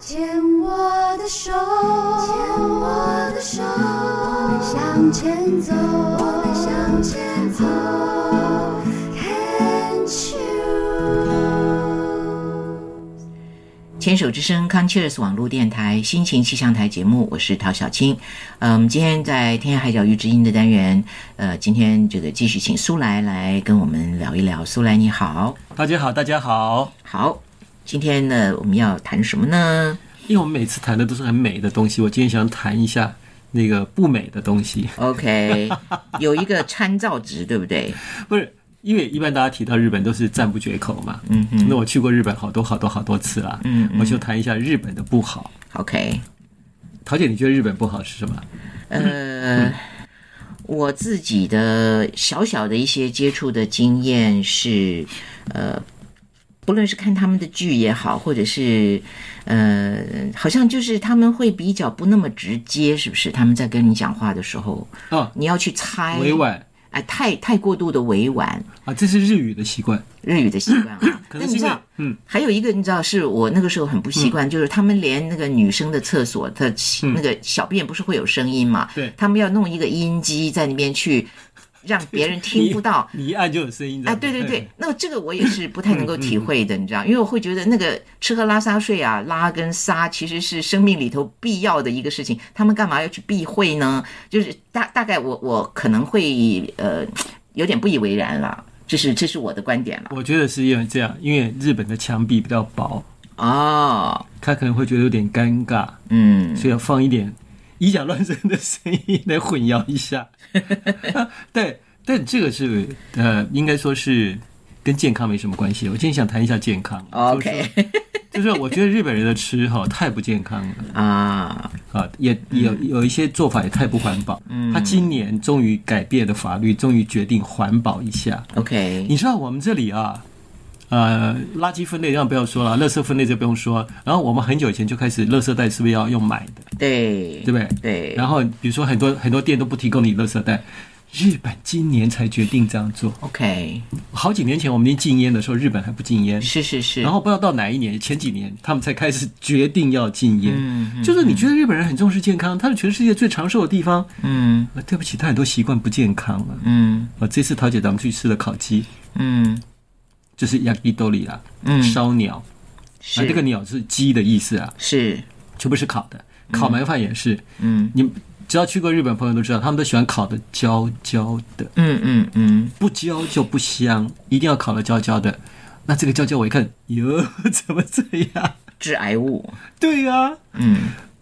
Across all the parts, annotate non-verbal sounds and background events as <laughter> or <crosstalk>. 牵我的手，牵我的手，我们向前走，我们向前走。Can't you？牵手之声 c o n c h e r s 网络电台心情气象台节目，我是陶小青。嗯，我们今天在天涯海角遇知音的单元，呃，今天这个继续请苏来来跟我们聊一聊。苏来你好，大家好，大家好。好，今天呢我们要谈什么呢？因为我们每次谈的都是很美的东西，我今天想谈一下那个不美的东西。 <laughs> OK，有一个参照值，对不对？不是，因为一般大家提到日本都是赞不绝口嘛。嗯嗯。那我去过日本好多好多好多次啦。嗯我就谈一下日本的不好。 OK，桃姐，你觉得日本不好是什么？呃，我自己的小小的一些接触的经验是，呃，不论是看他们的剧也好，或者是呃，好像就是他们会比较不那么直接，是不是？他们在跟你讲话的时候，哦，你要去猜，委，婉哎，太太过度的委婉，啊，这是日语的习惯。日语的习惯啊。可那能你知是因为道，嗯，还有一个你知道，是我那个时候很不习惯，就是他们连那个女生的厕所的嗯那个小便不是会有声音嘛？对他们要弄一个音机在那边去，让别人听不 <laughs> 到。你一按就有声音在。嗯啊，对对对，那这个我也是不太能够体会的，你知道，因为我会觉得那个吃喝拉撒睡啊，拉跟撒其实是生命里头必要的一个事情，他们干嘛要去避讳呢？就是大大概我我可能会呃有点不以为然了，这是这是我的观点了。我觉得是因为这样，因为日本的墙壁比较薄，哦，他可能会觉得有点尴尬，嗯，所以要放一点以假乱真的声音来混淆一下。 <laughs> 但但这个是呃，应该说是跟健康没什么关系。我今天想谈一下健康。 OK 就是说就是我觉得日本人的吃哈太不健康了啊，啊，也也有有一些做法也太不环保。他今年终于改变了法律，终于决定环保一下。 OK，你知道我们这里啊，呃，垃圾分类让不要说了，垃圾分类就不用说。然后我们很久以前就开始，垃圾袋是不是要用买的，对对不对？对，然后比如说很多很多店都不提供你垃圾袋，日本今年才决定这样做。 OK，好几年前我们已经禁烟的时候，日本还不禁烟。是是是，然后不知道到哪一年，前几年他们才开始决定要禁烟。嗯就是你觉得日本人很重视健康，他是全世界最长寿的地方。嗯呃对不起，他很多习惯不健康了。嗯啊，这次桃姐咱们去吃了烤鸡，嗯，就是 yakitori 啦，嗯烧鸟。啊，是这个鸟是鸡的意思啊，是全部是烤的，烤白饭也是。嗯你只要去过日本朋友都知道，他们都喜欢烤的焦焦的，嗯嗯嗯，不焦就不香，一定要烤的焦焦的。那这个焦焦我一看，哟， <laughs> 怎么这样？致癌物，对呀、嗯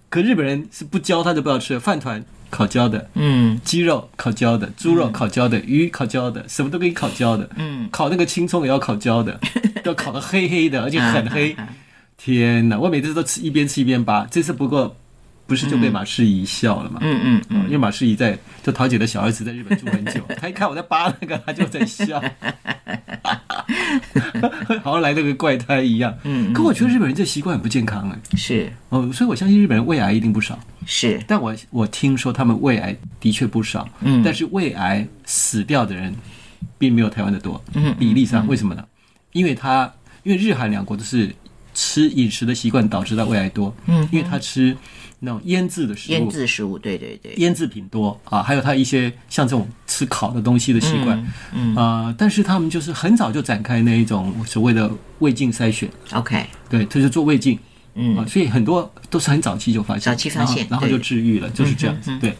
可日本人是不焦他就不要吃，饭团烤焦的，嗯鸡肉烤焦的，猪肉烤焦的，鱼烤焦的，什么都给你烤焦的。嗯，烤那个青葱也要烤焦的，要烤的黑黑的，而且很黑。天哪！我每次都吃一边吃一边拔，这次不过不是就被马世仪笑了嘛？嗯嗯嗯，因为马世仪在就桃姐的小儿子在日本住很久，他一看我在扒那个，他就在笑，好像来了个怪胎一样。嗯，可我觉得日本人这习惯很不健康哎、是哦，所以我相信日本人胃癌一定不少，是，但我我听说他们胃癌的确不少，嗯但是胃癌死掉的人并没有台湾的多，嗯比例上为什么呢？因为他因为日韩两国都是吃饮食的习惯导致到胃癌多，嗯因为他吃那种腌制的食物，腌制食物，对对对，腌制品多啊，还有他一些像这种吃烤的东西的习惯，嗯呃，但是他们就是很早就展开那一种所谓的胃镜筛选， ，OK，对，他就做胃镜，嗯啊，所以很多都是很早期就发现，早期发现然后然后就对嗯治愈了，就是这样子。对，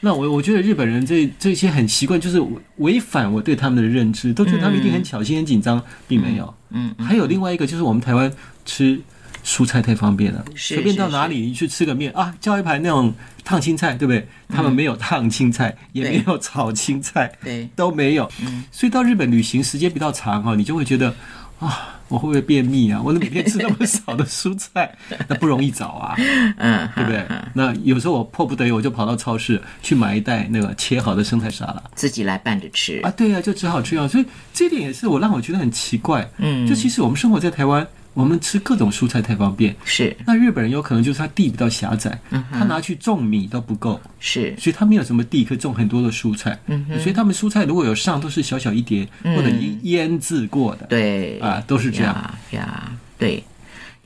那我我觉得日本人这这些很习惯，就是违反我对他们的认知，都觉得他们一定很小心、很紧张，并没有。嗯，还有另外一个就是我们台湾吃。蔬菜太方便了，是随便是到哪里你去吃个面啊，叫一盘那种烫青菜，对不对？他们没有烫青菜，也嗯对没有炒青菜，对，都没有。所以到日本旅行时间比较长哦，你就会觉得啊，我会不会便秘啊？我每天吃那么少的 <laughs> 蔬菜，那不容易找啊，嗯，对不对？那有时候我迫不得已，我就跑到超市去买一袋那个切好的生菜沙拉自己来拌着吃啊，，对啊，就只好这样。所以这点也是我让我觉得很奇怪。嗯就其实我们生活在台湾，我们吃各种蔬菜太方便。是那日本人有可能就是他地比较狭窄，他拿去种米都不够，是，所以他没有什么地可以种很多的蔬菜，嗯所以他们蔬菜如果有上都是小小一碟、或者腌腌制过的，对啊，都是这样。呀呀，对。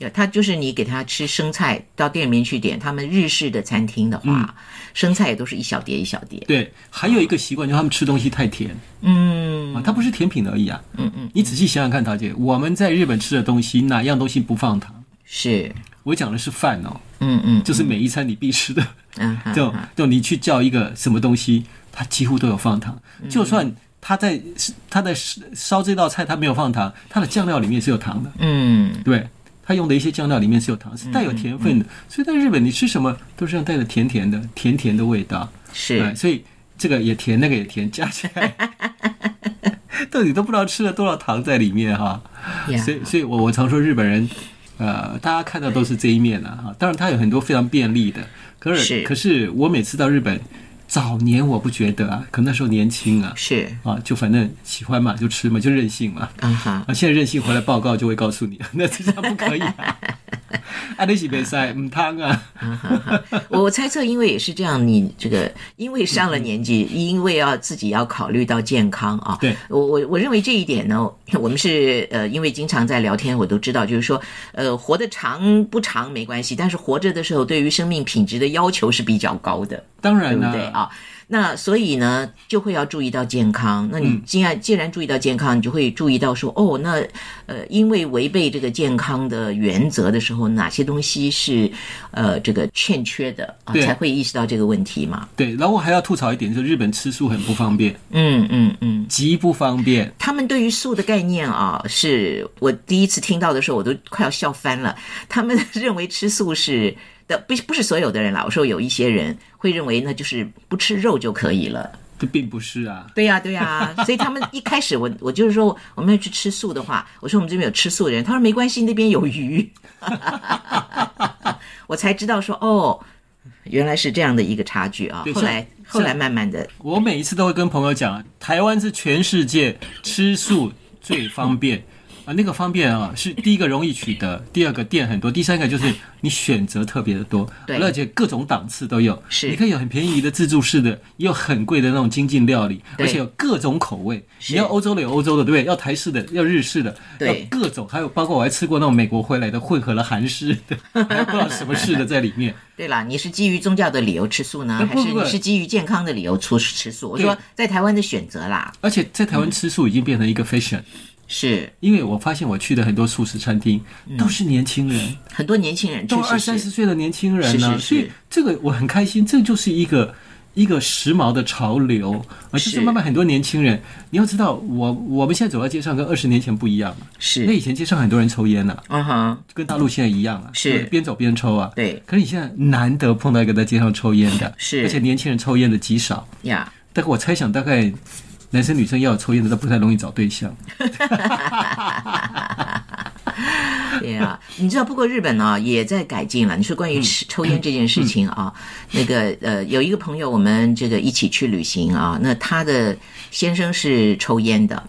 呃它就是你给它吃生菜，到店里面去点，他们日式的餐厅的话，生菜也都是一小碟一小碟。对，还有一个习惯就是他们吃东西太甜嗯，啊，它不是甜品而已啊。嗯嗯，你仔细想想看，桃姐，我们在日本吃的东西，哪样东西不放糖？是，我讲的是饭哦，嗯嗯就是每一餐你必吃的。嗯哈就就你去叫一个什么东西，它几乎都有放糖，嗯就算它在它在烧这道菜，它没有放糖，它的酱料里面是有糖的，嗯，对。它用的一些酱料里面是有糖，是带有甜分的，所以在日本你吃什么都是这样带着甜甜的、甜甜的味道，哎是所以这个也甜，那个也甜，加起来 <laughs> 到底都不知道吃了多少糖在里面哈。哎呀所，以，所以我我常说日本人，呃，大家看到都是这一面啊。哈当然，他有很多非常便利的，可是是可是我每次到日本，早年我不觉得啊，可那时候年轻啊，是啊，就反正喜欢嘛，就吃嘛，就任性嘛。啊哈，啊，现在任性回来报告就会告诉你， <laughs> 那这样不可以 <laughs> 啊！啊，你是别塞，唔汤啊！我猜测，因为也是这样，你这个因为上了嗯年纪，因为要自己要考虑到健康啊。对，我我我认为这一点呢，我们是呃，因为经常在聊天，我都知道，就是说，呃，活得长不长没关系，但是活着的时候，对于生命品质的要求是比较高的。当然对啦、不对啊？那所以呢，就会要注意到健康。那你既然既然注意到健康，你就会注意到说，哦，那呃，因为违背这个健康的原则的时候，哪些东西是呃这个欠缺的啊，对才会意识到这个问题嘛？对，然后我还要吐槽一点，就是日本吃素很不方便，嗯嗯嗯。极不方便。他们对于素的概念啊，是我第一次听到的时候，我都快要笑翻了。他们认为吃素是的，不不是所有的人啦，我说有一些人会认为那就是不吃肉就可以了。这并不是啊，对呀、对 <laughs> 呀、所以他们一开始我我就是说我们要去吃素的话，我说我们这边有吃素的人，他说没关系，那边有鱼， <laughs> 我才知道说哦，原来是这样的一个差距啊对。后来像后来慢慢的，我每一次都会跟朋友讲，台湾是全世界吃素最方便啊，那个方便啊，是第一个容易取得，第二个店很多，第三个就是你选择特别的多，对而且各种档次都有，是你可以有很便宜的自助式的，也有很贵的那种精进料理，对而且有各种口味，是你要欧洲的有欧洲的，对不对？要台式的，要日式的，对要各种，还有包括我还吃过那种美国回来的混合了韩式 <laughs> 的，还有不知道什么式的在里面。对啦，你是基于宗教的理由吃素呢，还呃不是不你是基于健康的理由出吃素？我对说在台湾的选择啦，而且在台湾吃素已经变成一个 fashion。是因为我发现我去的很多素食餐厅嗯都是年轻人，很多年轻人确都实二三十岁的年轻人呢、是是是所以这个我很开心，这就是一个一个时髦的潮流，而就是是慢慢很多年轻人，你要知道，我我们现在走在街上跟二十年前不一样了，因为是，以前街上很多人抽烟呐、嗯哼，跟大陆现在一样啊，是对边走边抽啊。对可是你现在难得碰到一个在街上抽烟的，是而且年轻人抽烟的极少，呀，但是我猜想大概男生女生要有抽烟的都不太容易找对象。对啊，你知道，不过日本呢、也在改进了。你说嗯关于吃抽烟这件事情啊，那个呃，有一个朋友，我们这个一起去旅行啊，那他的先生是抽烟的，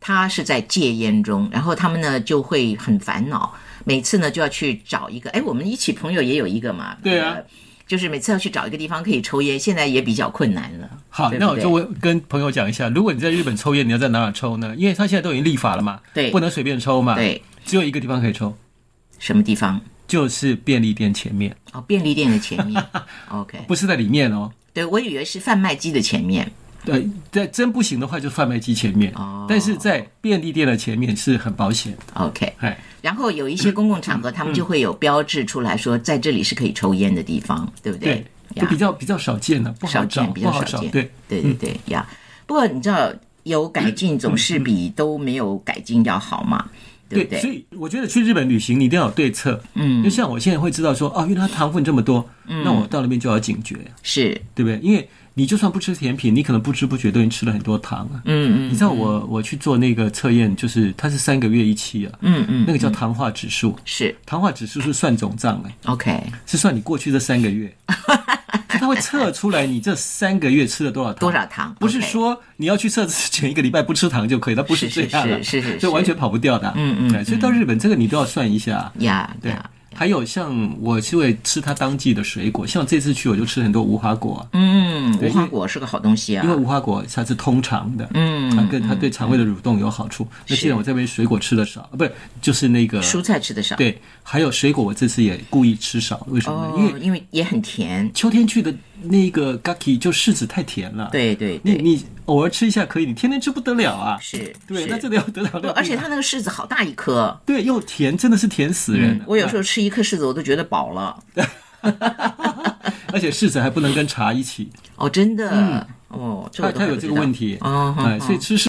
他是在戒烟中，然后他们呢就会很烦恼，每次呢就要去找一个，哎，我们一起朋友也有一个嘛，对啊呃就是每次要去找一个地方可以抽烟，现在也比较困难了。好，对不那我对就问跟朋友讲一下，如果你在日本抽烟，你要在哪里抽呢？因为他现在都已经立法了嘛，对不能随便抽嘛，，对，只有一个地方可以抽，什么地方？就是便利店前面，哦，便利店的前 <laughs> 面，OK，不是在里面哦。对我以为是贩卖机的前面，呃，在真不行的话，就贩卖机前面，哦但是在便利店的前面是很保险的。 ，OK。哎，然后有一些公共场合，他们就会有标志出来说，在这里是可以抽烟的地方，对不对，呀就比较比较少见的，不好少找，见，比不较好少找。见。对，对对对呀。不过你知道，有改进总是比都没有改进要好嘛，对不所对？以我觉得去日本旅行，你一定要有对策。嗯，就像我现在会知道说，哦，原来它糖分这么多，嗯那我到那边就要警觉。是，对不对？因为你就算不吃甜品，你可能不知不觉都已经吃了很多糖啊。嗯你知道我我去做那个测验，就是它是三个月一期啊，嗯嗯嗯，那个叫糖化指数，是糖化指数是算总账哎、 OK，是算你过去这三 <laughs> 个月，就它会测出来你这三个月吃了多少糖。多少糖？不是 OK 说你要去测试前一个礼拜不吃糖就可以，它不是这样的、是是是是是所以完全跑不掉的啊、嗯嗯嗯对所以到日本这个你都要算一下啊。呀对呀，还有像我就会吃它当季的水果，像这次去我就吃很多无花果啊，嗯，对无花果是个好东西啊因为。无花果它是通肠的，它嗯，跟它对肠胃的蠕动有好处。那既然我这边水果吃的少，啊不是就是那个蔬菜吃的少。对，还有水果我这次也故意吃少，为什么呢？因哦为，因为也很甜。秋天去的那个 gaki 就柿子太甜了，，对对你对，你偶尔吃一下可以，你天天吃不得了啊。是。对，是那这个要得了对的，而且它那个柿子好大一颗。对又甜，真的是甜死人嗯了。，我有时候吃一颗柿子我都觉得饱了。而且柿子还不能跟茶一起，哦，真的。哦，这我都还它嗯它有不这知个道问题。哦，好哎，好所以吃柿，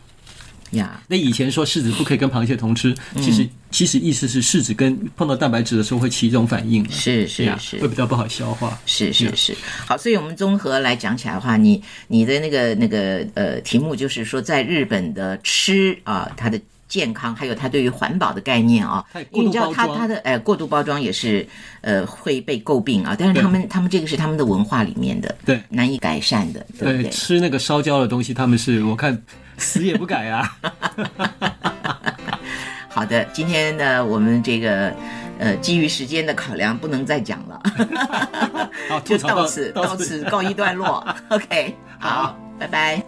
呀，那以前说柿子不可以跟螃蟹同吃，其嗯实其实意思是柿子跟碰到蛋白质的时候会起一种反应啊，是对是呀是会。比较不好消化。是是是，好，所以我们综合来讲起来的话，你你的那个那个呃题目就是说，在日本的吃啊、它的健康，还有它对于环保的概念啊它也，因为你过度知道包它装它的呃过度包装也是呃会被诟病啊，但是对他们他们这个是他们的文化里面的，对难以改善的，对不对，对？吃那个烧焦的东西，他们是我看死也不改 <laughs> 啊。好的，今天呢，我们这个呃基于时间的考量，不能再讲 <laughs> 了，好，吐就槽到此到到此此告一段落。OK，好好，拜拜。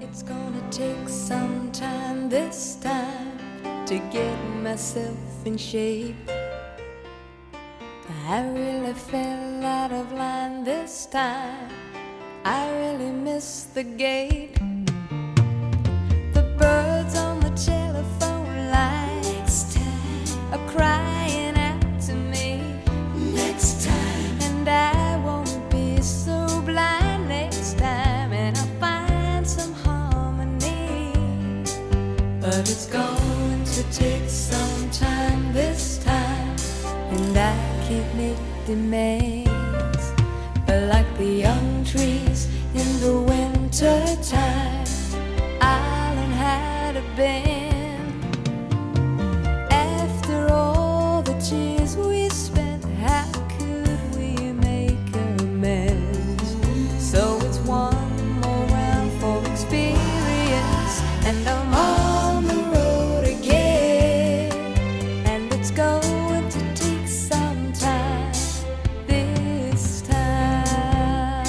It's gonna take some time this time to get myself in shape. I really fell out of line this time. I really missed the gate. The birds on the telephone line are crying out to me. Next time, And I won't be so blind next time, and I'll find some harmony. But it's going to take some time this time, and I can't make demands. But like the young trees in the winter time, I'll learn how to bend. After all the tears we spent, how could we make amends? So it's one more round for experience, and I'm on the road again. And it's going to take some time this time,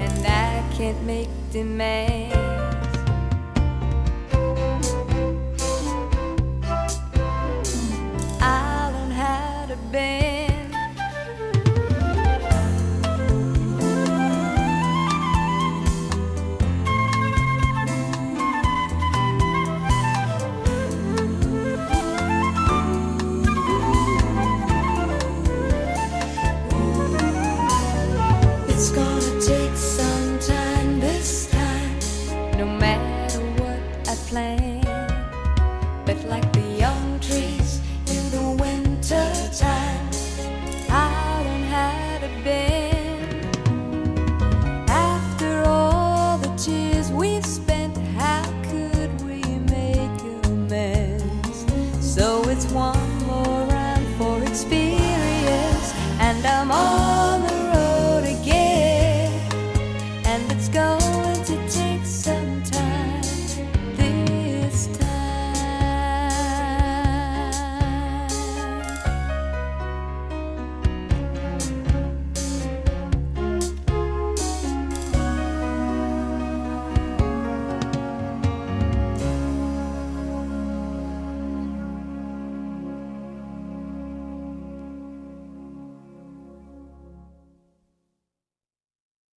and I can't make demands.